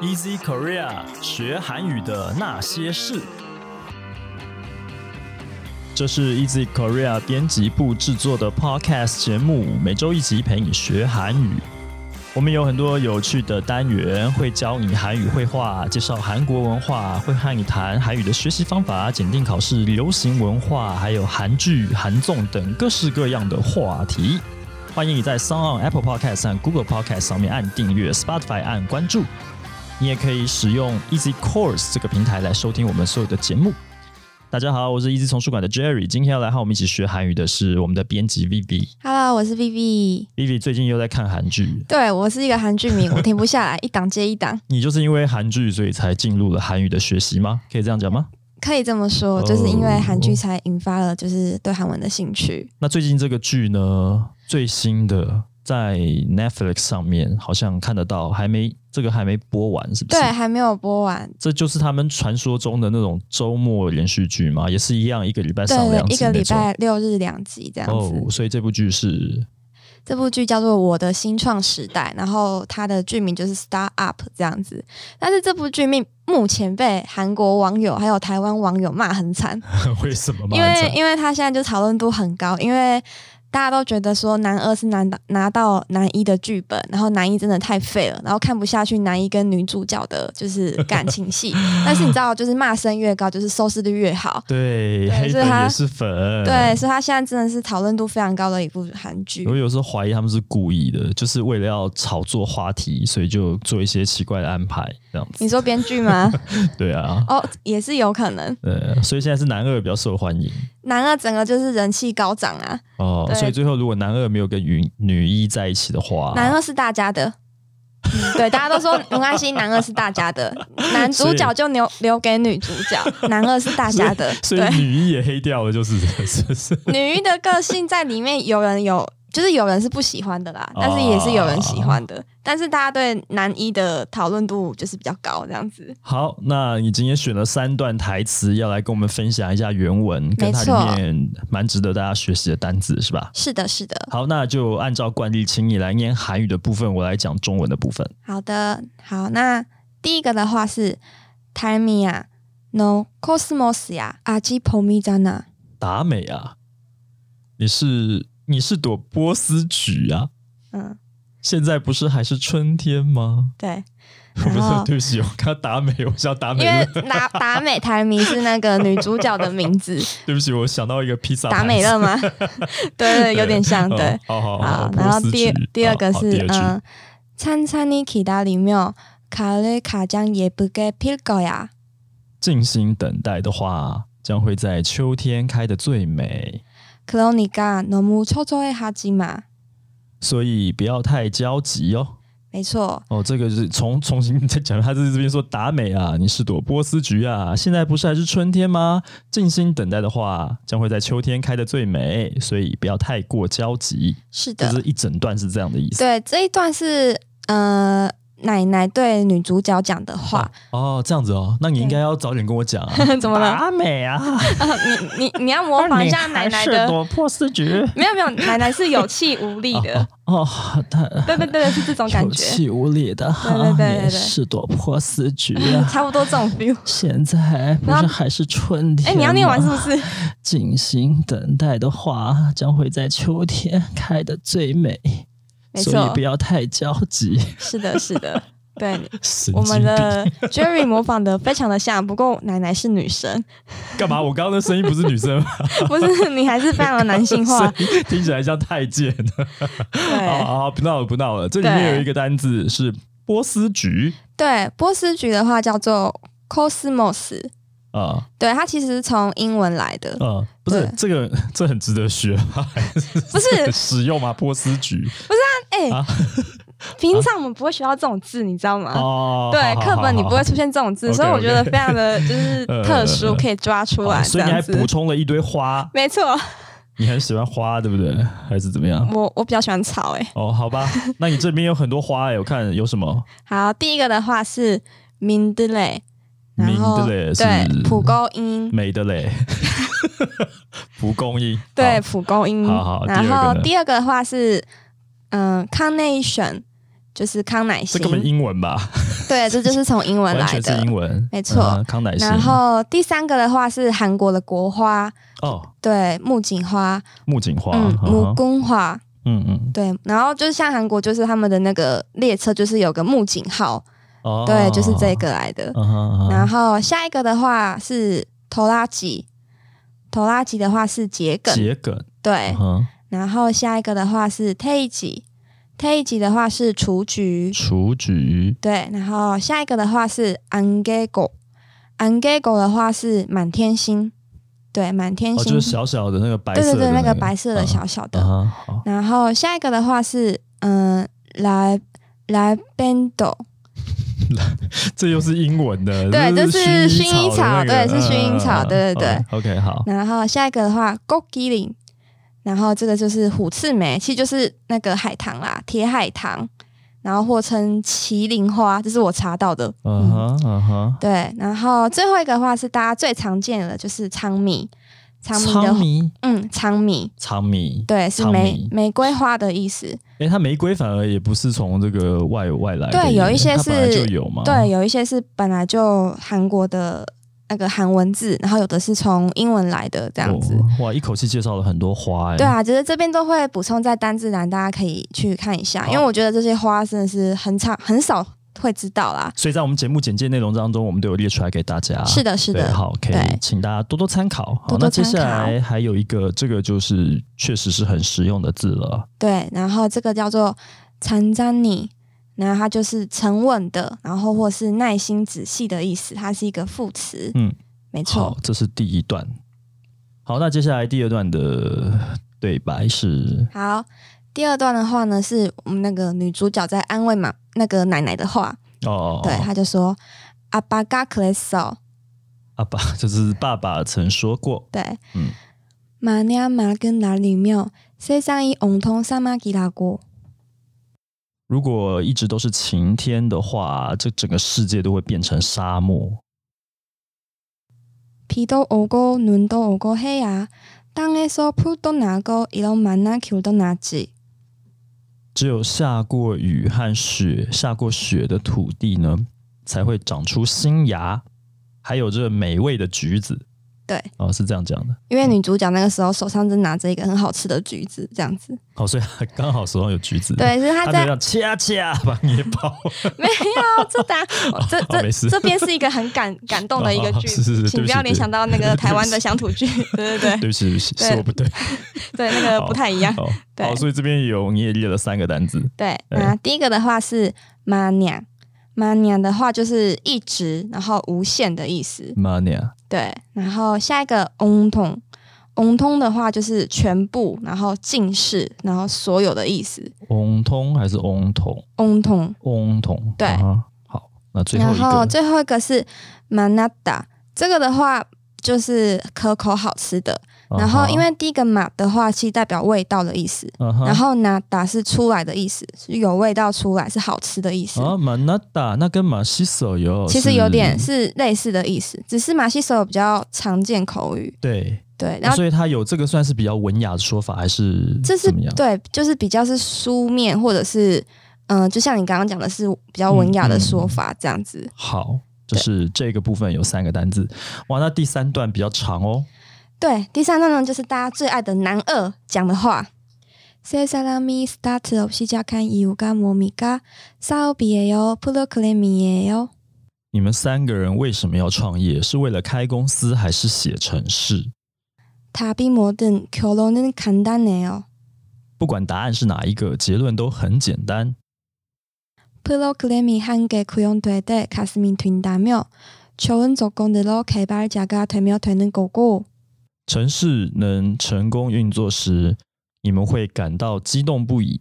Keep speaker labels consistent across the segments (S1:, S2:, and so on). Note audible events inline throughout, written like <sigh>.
S1: Easy Korea 学韩语的那些事。这是 Easy Korea 编辑部制作的 Podcast 节目，每周一集陪你学韩语。我们有很多有趣的单元，会教你韩语绘画，介绍韩国文化，会和你谈韩语的学习方法、检定考试、流行文化，还有韩剧、韩综等各式各样的话题。欢迎你在 s o n g on Apple Podcast 和 Google Podcast 上面按订阅，Spotify 按关注。你也可以使用 Easy Course 这个平台来收听我们所有的节目。大家好，我是 Easy 丛书馆的 Jerry，今天要来和我们一起学韩语的是我们的编辑 Vivi。
S2: Hello，我是 Vivi。
S1: Vivi 最近又在看韩剧，
S2: 对我是一个韩剧迷，我停不下来，一档接一档，
S1: 你就是因为韩剧所以才进入了韩语的学习吗？可以这样讲吗？
S2: <laughs> 可以这么说，
S1: 哦
S2: 就是因为韩剧才引发了就是对韩文的兴趣。
S1: 那最近这个剧呢，最新的在 Netflix 上面好像看得到，还没这个还没播完，是不是？
S2: 对，还没有播完，
S1: 这就是他们传说中的那种周末连续剧嘛，也是一样，一个礼拜
S2: 对
S1: 上两
S2: 对，
S1: 集
S2: 一个
S1: 那
S2: 礼
S1: 种。
S2: 拜六日两集这样子。
S1: 哦，所以这部剧是
S2: 这部剧叫做《我的新创时代》，然后它的剧名就是《Start Up》这样子。但是这部剧名目前被韩国网友还有台湾网友骂很惨，
S1: 为什么吗？
S2: 因为因为他现在就讨论度很高，因为大家都觉得说男二是拿到拿到男一的剧本，然后男一真的太废了，然后看不下去男一跟女主角的就是感情 <laughs> 戏。但是你知道，就是骂声越高，就是收视率越好。
S1: 对
S2: 对
S1: 黑
S2: 所以
S1: 粉
S2: 他
S1: 也是粉，
S2: 对，。所以他现在真的是讨论度非常高的一部韩剧
S1: 我。有时候怀疑他们是故意的，就是为了要炒作话题，所以就做一些奇怪的安排，这样子。
S2: 你说编剧吗？
S1: 对啊，
S2: 哦，也是有可能。
S1: 呃，所以现在是男二比较受欢迎
S2: 男二整个就是人气高涨啊，
S1: 哦。
S2: 对
S1: 所以最后如果男二没有跟女女一在一起的话，
S2: 男二是大家的。嗯对，大家都说没关系，男二是大家
S1: <laughs>
S2: 的，男主角就留留给女主角，男二是大家的。
S1: <laughs> 所
S2: 对
S1: 以，女一也黑掉了， <laughs> 就是是不是？
S2: 女一的个性在里面，有人有，就是有人是不喜欢的啦，
S1: 啊
S2: 但是也是有人喜欢的。但是大家对男一的讨论度就是比较高，这样子。
S1: 好，那你今天选了三段台词要来跟我们分享一下原文，跟它
S2: 没错
S1: 里面蛮值得大家学习的单字是吧？
S2: 是的，是 <laughs> 的。
S1: 好，那就按照惯例，请你来念韩语的部分，我来讲中文的部分。
S2: 好的，好，那第一个的话是 Time 呀，No Cosmos 呀，阿基 p o m i 잖아。
S1: 达美啊，你是你是朵波斯菊啊，
S2: 嗯，
S1: 现在不是还是春天吗？
S2: 对。
S1: 不是
S2: 然后，
S1: 对不起，我刚达美，我想达美
S2: 啊因
S1: 乐
S2: 为，达达美台迷是那个女主角的名
S1: <laughs>
S2: 字，
S1: 对不起，我想到一个披萨
S2: 达美
S1: 牌
S2: 乐
S1: <laughs>
S2: 吗？对对，
S1: 子
S2: 有点像，对
S1: 哦。好好
S2: 好
S1: 好，，
S2: 然后
S1: 波斯
S2: 第
S1: 菊
S2: 第二个
S1: 哦好好
S2: 是
S1: 第二句
S2: 嗯，찬찬히기다리며가을가장예쁘게필거야。
S1: 静心等待的话，将会在秋天开得最美，
S2: 그러니까너무초조해하지마。
S1: 所以不要太焦急哦。
S2: 没错，
S1: 哦，这个是重重新再讲，他在这边说达美啊，你是朵波斯菊啊，现在不是还是春天吗？静心等待的话，将会在秋天开得最美，所以不要太过焦急。
S2: 是的
S1: 就，是一整段是这样的意思。
S2: 对这一段是呃奶奶对女主角讲的话。
S1: 哦，这样子哦，那你应该要早点跟我讲啊。
S2: <laughs> 怎么了？
S1: 达美啊，
S2: <laughs> 你你你要模仿一下
S1: 你
S2: 奶
S1: 还
S2: 奶
S1: 是
S2: 的，
S1: 朵波斯菊。
S2: 没有没有，奶奶是有气无力的，
S1: 哦，他
S2: 对对对，是这种感
S1: 有
S2: 觉。
S1: 气无力的，啊
S2: 对对对对
S1: 也是朵波斯菊 <laughs> 啊。
S2: 嗯差不多这种 feel。
S1: 现在不是还是春天
S2: 哎、
S1: 吗？
S2: 你要念完是不是？
S1: 静心等待的话，将会在秋天开的最美，
S2: 没
S1: 所以
S2: 错
S1: 不，要太焦急。
S2: 是的，是的，对，
S1: <laughs> 神
S2: 我们
S1: 经病
S2: 的 Jerry 模仿的非常的像，不过奶奶是女生， <laughs>
S1: 干嘛？我刚刚的声音不是女生吗，
S2: 不是你还是非常的男性
S1: <laughs>
S2: 化。
S1: 所以听起来像太监。好
S2: 对
S1: 好，好不闹了，不闹了。这里面
S2: 对
S1: 有一个单字是波斯菊
S2: 对，波斯菊的话叫做 cosmos，
S1: 啊，
S2: 对，它其实是从英文来的，
S1: 嗯，不是
S2: 对
S1: 这个，这很值得学吗？
S2: <laughs> 不
S1: <laughs>
S2: 是？
S1: 使用吗？波斯菊
S2: 哎、
S1: 啊
S2: <laughs> 平常我们不会学到这种字，你知道吗？
S1: 哦，
S2: 啊对，
S1: 好
S2: 课本你不。
S1: 好哦好
S2: 会出现这种字，
S1: OK，
S2: 所以我觉得非常的就是
S1: <laughs> 呃
S2: 特殊，可以抓出
S1: 好
S2: 来这
S1: 所以你还
S2: 样子
S1: 补。充了一堆花，
S2: 没错，
S1: 你很喜欢花，对不对？还是怎么样？
S2: 我我比较喜欢草、哎，
S1: 哦，好
S2: <laughs>
S1: 吧，那你这边有很多花哎，我看有什么？
S2: 好，第一个的话是 min d e 然后
S1: 明的嘞是嗯
S2: 对蒲公英，
S1: 美的
S2: <laughs>
S1: 嘞，蒲公英。好，
S2: 对，蒲公英。
S1: 好好第二
S2: 然
S1: 个
S2: 后
S1: 呢
S2: 第二个的话是，嗯、康内选就是康乃
S1: 这
S2: 馨。
S1: 根本英文吧？
S2: 对，这就是从英文
S1: 完
S2: 来
S1: 全是
S2: 的。
S1: 英文，
S2: 没错
S1: 嗯康乃馨。
S2: 然后第三个的话是韩国的国花，
S1: 哦，
S2: 对，木槿花，
S1: 木槿花，
S2: 嗯，
S1: 嗯
S2: 木槿花，
S1: 嗯嗯，
S2: 对。然后就是像韩国，就是他们的那个列车，就是有个木槿号，
S1: 哦，
S2: 对，就是这个来的。
S1: 嗯哼，嗯哼
S2: 然后下一个的话是头拉吉，头拉吉的话是桔梗，
S1: 桔梗，
S2: 对
S1: 嗯。哼
S2: 然后下一个的话是 t a g t a g 的话是雏菊，
S1: 雏菊，
S2: 对。然后下一个的话是 angego。angego 的话是满天星，对，满天
S1: 哦，
S2: 星，
S1: 就是小小的那个白
S2: 对
S1: 色
S2: 对
S1: 的，
S2: 对，那个白色的
S1: 嗯
S2: 小小的。
S1: 嗯哼好
S2: 然后下一个的话是嗯，来来 bendo，
S1: 这又是英文的，
S2: 对
S1: 这
S2: 这是
S1: 薰
S2: 薰衣草
S1: 的那个
S2: 对是薰衣
S1: 嗯
S2: 草
S1: 嗯嗯
S2: 对对对
S1: 嗯，OK，好，
S2: 然后下一个的话 g o g i l i n 然后这个就是虎刺梅，其实就是那个海棠啦，铁海棠，然后或称麒麟花，这是我查到的。
S1: 嗯哼嗯哼，
S2: 对，然后最后一个的话是大家最常见的，就是苍米，苍米的
S1: 苍米，
S2: 嗯，苍米，
S1: 苍米，
S2: 对，是
S1: 苍
S2: 玫
S1: 米
S2: 玫瑰花的意思。
S1: 哎，它玫瑰反而也不是从这个外外来的耶，
S2: 对有一些
S1: 它本来
S2: 是
S1: 就有嘛，
S2: 对，有一些是本来就韩国的那个韩文字，然后有的是从英文来的这样子。
S1: 哦哇，一口气介绍了很多花，哎，
S2: 对啊，只是这边都会补充在单字栏，大家可以去看一下，因为
S1: 好
S2: 我觉得这些花真的是很少很少会知道啦。
S1: 所以在我们节目简介内容当中，我们都有列出来给大家。
S2: 是的，是
S1: 啊对
S2: 的，
S1: 好，可以
S2: 对
S1: 请大家多多参考。好，
S2: 多多
S1: 那接下
S2: 参考
S1: 来还有一个，这个就是确实是很实用的字了。
S2: 对。然后这个叫做残章你，然后它就是沉稳的，然后或是耐心仔细的意思，它是一个副词。
S1: 嗯，
S2: 没错
S1: 好。，这是第一段。好，那接下来第二段的对白是
S2: 好，第二段的话呢，是我们那个女主角在安慰嘛那个奶奶的话，
S1: 哦，
S2: 对，她就说阿巴嘎克雷索，
S1: 阿爸就是爸爸曾说过，
S2: 对，
S1: 嗯
S2: 마냐마근날리며세상이온통사막이라고。
S1: 如果一直都是晴天的话，这整个世界都会变成沙漠。
S2: 비도 오고 눈도 오고 해야 땅에서 풀도 나고 이런 만난 귤도 나지.
S1: 只有下过雨和雪、下过雪的土地呢，才会长出新芽，还有这美味的橘子。
S2: 对，
S1: 哦，是这样讲的。
S2: 因为女主角那个时候手上正拿着一个很好吃的橘子，这样子。
S1: 哦，所以他刚好手上有橘子。，
S2: 对，是她
S1: 他没
S2: 在
S1: <laughs> 有掐掐啊把捏爆。
S2: <laughs> 没有这打这
S1: 哦没事
S2: 这这边是一个很感感动的一个
S1: 哦
S2: 剧，
S1: 是是是对
S2: 请
S1: 不
S2: 不
S1: 起
S2: 要联想到那个台湾的乡土剧， <laughs> 对对对
S1: 对不起，对不起，
S2: <laughs> 对
S1: 是我不对。
S2: 对，那个不太一样。
S1: 哦，
S2: 对
S1: 好，所以这边有你也列了三个单字。
S2: 对，
S1: 对
S2: 那第一个的话是 mania。mania 的话就是一直，然后无限的意思。
S1: mania
S2: 对，然后下一个 on 通，on 通的话就是全部，然后尽是，然后所有的意思。
S1: 翁通还是翁通？
S2: on 通，
S1: 翁通。
S2: 对
S1: 啊哈好，那最后
S2: 然
S1: 一
S2: 后
S1: 个
S2: 最后一个是 manada，这个的话就是可口好吃的。然后因为第一个马的话，其实代表味道的意思。
S1: 啊哈
S2: 然后 nada 是出来的意思，是有味道出来，是好吃的意思。
S1: 啊，manada 那跟马西手有
S2: 其实有点是类似的意思，只是马西手比较常见口语。
S1: 对。
S2: 对，然后
S1: 哦所以他有这个算是比较文雅的说法，还是
S2: 这是
S1: 怎么样？
S2: 对，就是比较是书面或者是嗯、呃就像你刚刚讲的是比较文
S1: 嗯
S2: 雅的说法这样子。
S1: 好，就是这个部分有三个单字。哇，那第三段比较长哦。
S2: 对，第三段呢就是大家最爱的男二讲的话。세사람이스타트없이작한이유가뭡니까사업이에요프로그램이에요
S1: 你们三个人为什么要创业？是为了开公司还是写程式？
S2: 답이뭐든결론은간단해요
S1: 不管答案是哪一个，结论都很简单。
S2: 프로그램이한 개 구현될 때 가슴이 뛴다며 좋은 조건으로 개발자가 되면 되는 거고
S1: 城市能成功运作时，你们会感到激动不已。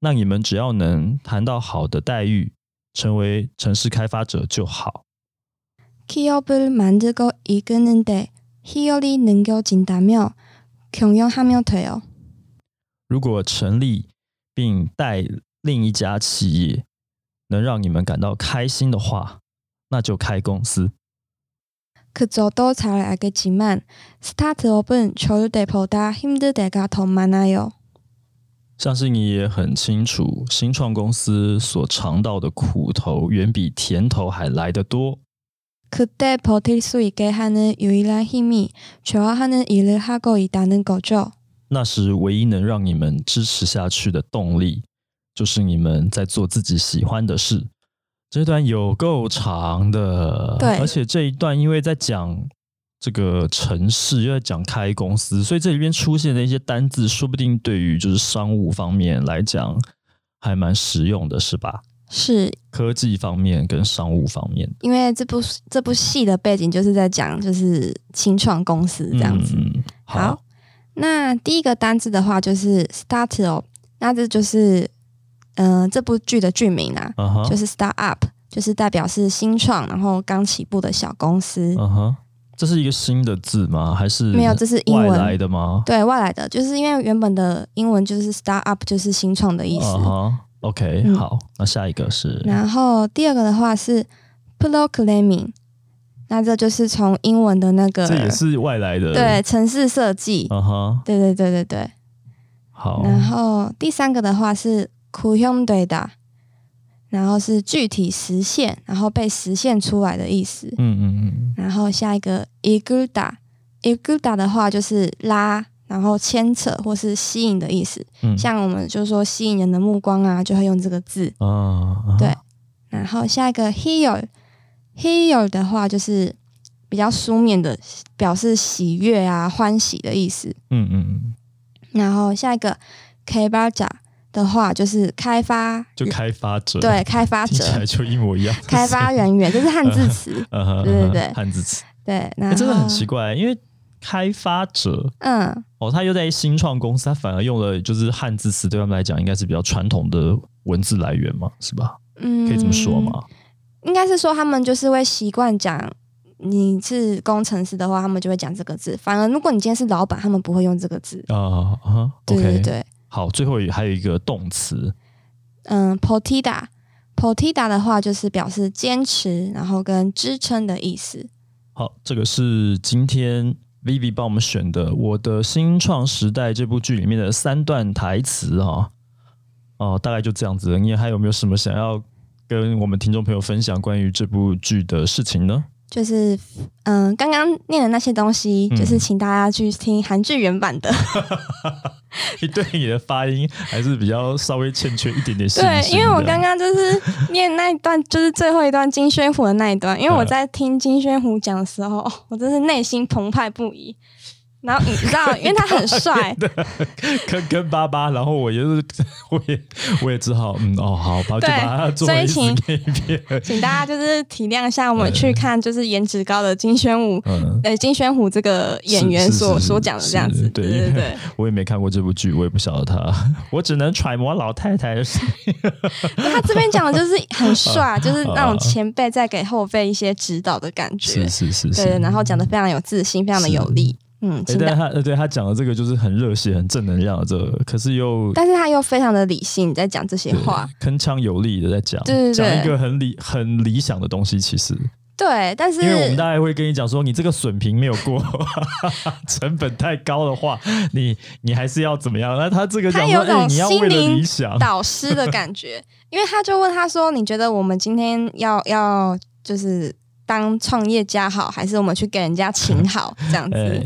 S1: 那你们只要能谈到好的待遇，成为城市开发者就好。
S2: 기업을 만들고 이끄는데 희열이 느껴진다며 경영하면 돼요.
S1: 如果成立并带另一家企业，能让你们感到开心的话，那就开公司。
S2: 그저도 잘 알겠지만 스타트업은 절대보다 힘들 때가 더 많아요.
S1: 相信你也很清楚，新创公司所尝到的苦头远比甜头还来得多。
S2: 그때 버틸 수 있게 하는 유일한 힘이 좋아하는 일을 하고 있다는 거죠.
S1: 那时唯一能让你们支持下去的动力，就是你们在做自己喜欢的事。这段有够长的，
S2: 对
S1: 而且这一段因为在讲这个城市，又在讲开公司，所以这里边出现的一些单字，说不定对于就是商务方面来讲，还蛮实用的，是吧？
S2: 是
S1: 科技方面跟商务方面，
S2: 因为这部这部戏的背景就是在讲就是新创公司这样子。
S1: 嗯、
S2: 好，那第一个单字的话就是 start up，那这就是嗯、呃这部剧的剧名啦、
S1: 嗯哼，
S2: 就是 start up，就是代表是新创，然后刚起步的小公司。
S1: 嗯哼，这是一个新的字吗？还是
S2: 没有，这是英
S1: 外
S2: 文
S1: 来的吗？
S2: 对外来的，就是因为原本的英文就是 start up，就是新创的意思。
S1: 啊哈 OK，、
S2: 嗯
S1: 好，那下一个是
S2: 然后第二个的话是 programming，那这就是从英文的那个
S1: 这也是外来的，
S2: 对，城市设计，
S1: 啊哈，
S2: 对对对对对。
S1: 好，
S2: 然后第三个的话是 k u y o n d e d a 然后是具体实现，然后被实现出来的意思。
S1: 嗯嗯嗯，
S2: 然后下一个 iguda，iguda 的话就是拉，然后牵扯或是吸引的意思。
S1: 嗯
S2: 像我们就说吸引人的目光啊，就会用这个字。
S1: 啊，
S2: 对然后下一个 heal，heal 的话就是比较书面的，表示喜悦啊、欢喜的意思。
S1: 嗯嗯嗯，
S2: 然后下一个 k b a j a 的话就是开发，
S1: 就开发者，，
S2: 对开发
S1: 呃听起 <laughs>
S2: 者、
S1: 来就一模一样，<laughs>。
S2: 开发，人员，这是汉字词
S1: 嗯哼，
S2: 对
S1: 嗯
S2: 对
S1: 哼
S2: 对
S1: 汉字词，
S2: 对，那、
S1: 哎，真的很奇怪，因为开发者
S2: 嗯，
S1: 哦，他又在新创公司，他反而用了就是汉字词，对他们来讲应该是比较传统的文字来源嘛，是吧？
S2: 嗯，
S1: 可以这么说吗？？
S2: 应该是说他们就是会习惯讲。你是工程师的话，他们就会讲这个字。反而如果你今天是老板，他们不会用这个字。
S1: 啊啊哈
S2: 对嗯对
S1: ，OK，
S2: 对，
S1: 好，最后还有一个动词，
S2: 嗯，potida，potida 的话就是表示坚持，然后跟支撑的意思。
S1: 好，这个是今天 Vivi 帮我们选的《我的新创时代》这部剧里面的三段台词哈、哦。大概就这样子。你还有没有什么想要跟我们听众朋友分享关于这部剧的事情
S2: <laughs>
S1: 呢？
S2: 就是，嗯，刚刚念的那些东西，
S1: 嗯
S2: 就是请大家去听韩剧原版的。
S1: 你对你的发音还是比较稍微欠缺一点点信心的。
S2: <laughs> 对，因为我刚刚就是念那一段，就是最后一段金宣虎的那一段，因为我在听金宣虎讲的时候，哦我真是内心澎湃不已。然后你知道，因为他
S1: <laughs>
S2: 很帅，
S1: 坑坑巴巴，然后我也是， <laughs> 我也我也只好嗯哦好吧，就
S2: 对
S1: 把它作为一次
S2: 所以
S1: K 片。
S2: 请大家就是体谅一下我们去看就是颜值高的金宣武，
S1: 嗯，
S2: 呃，金宣虎这个演员
S1: 是是
S2: 所
S1: 是
S2: 所讲的这样
S1: 是
S2: 子，
S1: 对
S2: 对对对。
S1: <laughs> 我也没看过这部剧，我也不晓得它， <laughs> 我只能揣摩老太太 <laughs> 是
S2: 他这边讲的就是很帅，就是
S1: <laughs>
S2: 那
S1: 啊
S2: 种前辈在给后辈一些指导的感觉
S1: 是，是是是，
S2: 对，然后讲的非常有自信，非常的有力，嗯，
S1: 诶
S2: 请
S1: 但
S2: 大
S1: 是他呃对他讲的这个就是很热血、很正能量的这个，可是又
S2: 但是他又非常的理性，在讲这些
S1: 对
S2: 话，
S1: 铿锵有力的在讲，
S2: 对对对
S1: 讲一个很理很理想的东西。其实，
S2: 对，但是
S1: 因为我们大概会跟你讲说，你这个损评没有过， <laughs> 成本太高的话，你你还是要怎么样？那他这个讲
S2: 他
S1: 说，
S2: 有
S1: 哎、
S2: 种
S1: 你要
S2: 心
S1: 为了
S2: 灵
S1: 理想，
S2: 导师的感 <laughs> 觉，因为他就问他说：“你觉得我们今天要要就是当创业家好，还是我们去给人家请好这样子
S1: 哎、？”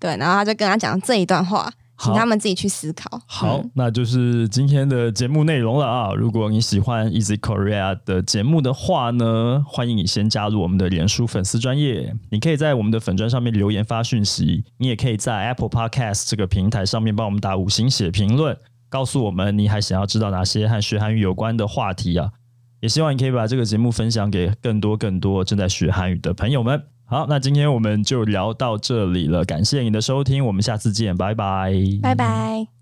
S2: 对，然后他就跟他讲这一段话，请
S1: 好
S2: 他们自己去思考。
S1: 好，
S2: 嗯
S1: 那就是今天的节目内容了啊！如果你喜欢 Easy Korea 的节目的话呢，欢迎你先加入我们的脸书粉丝专业，你可以在我们的粉专上面留言发讯息，你也可以在 Apple Podcast 这个平台上面帮我们打五星写评论，告诉我们你还想要知道哪些和学韩语有关的话题啊！也希望你可以把这个节目分享给更多更多正在学韩语的朋友们。好，那今天我们就聊到这里了，感谢你的收听，我们下次见，拜拜，
S2: 拜拜。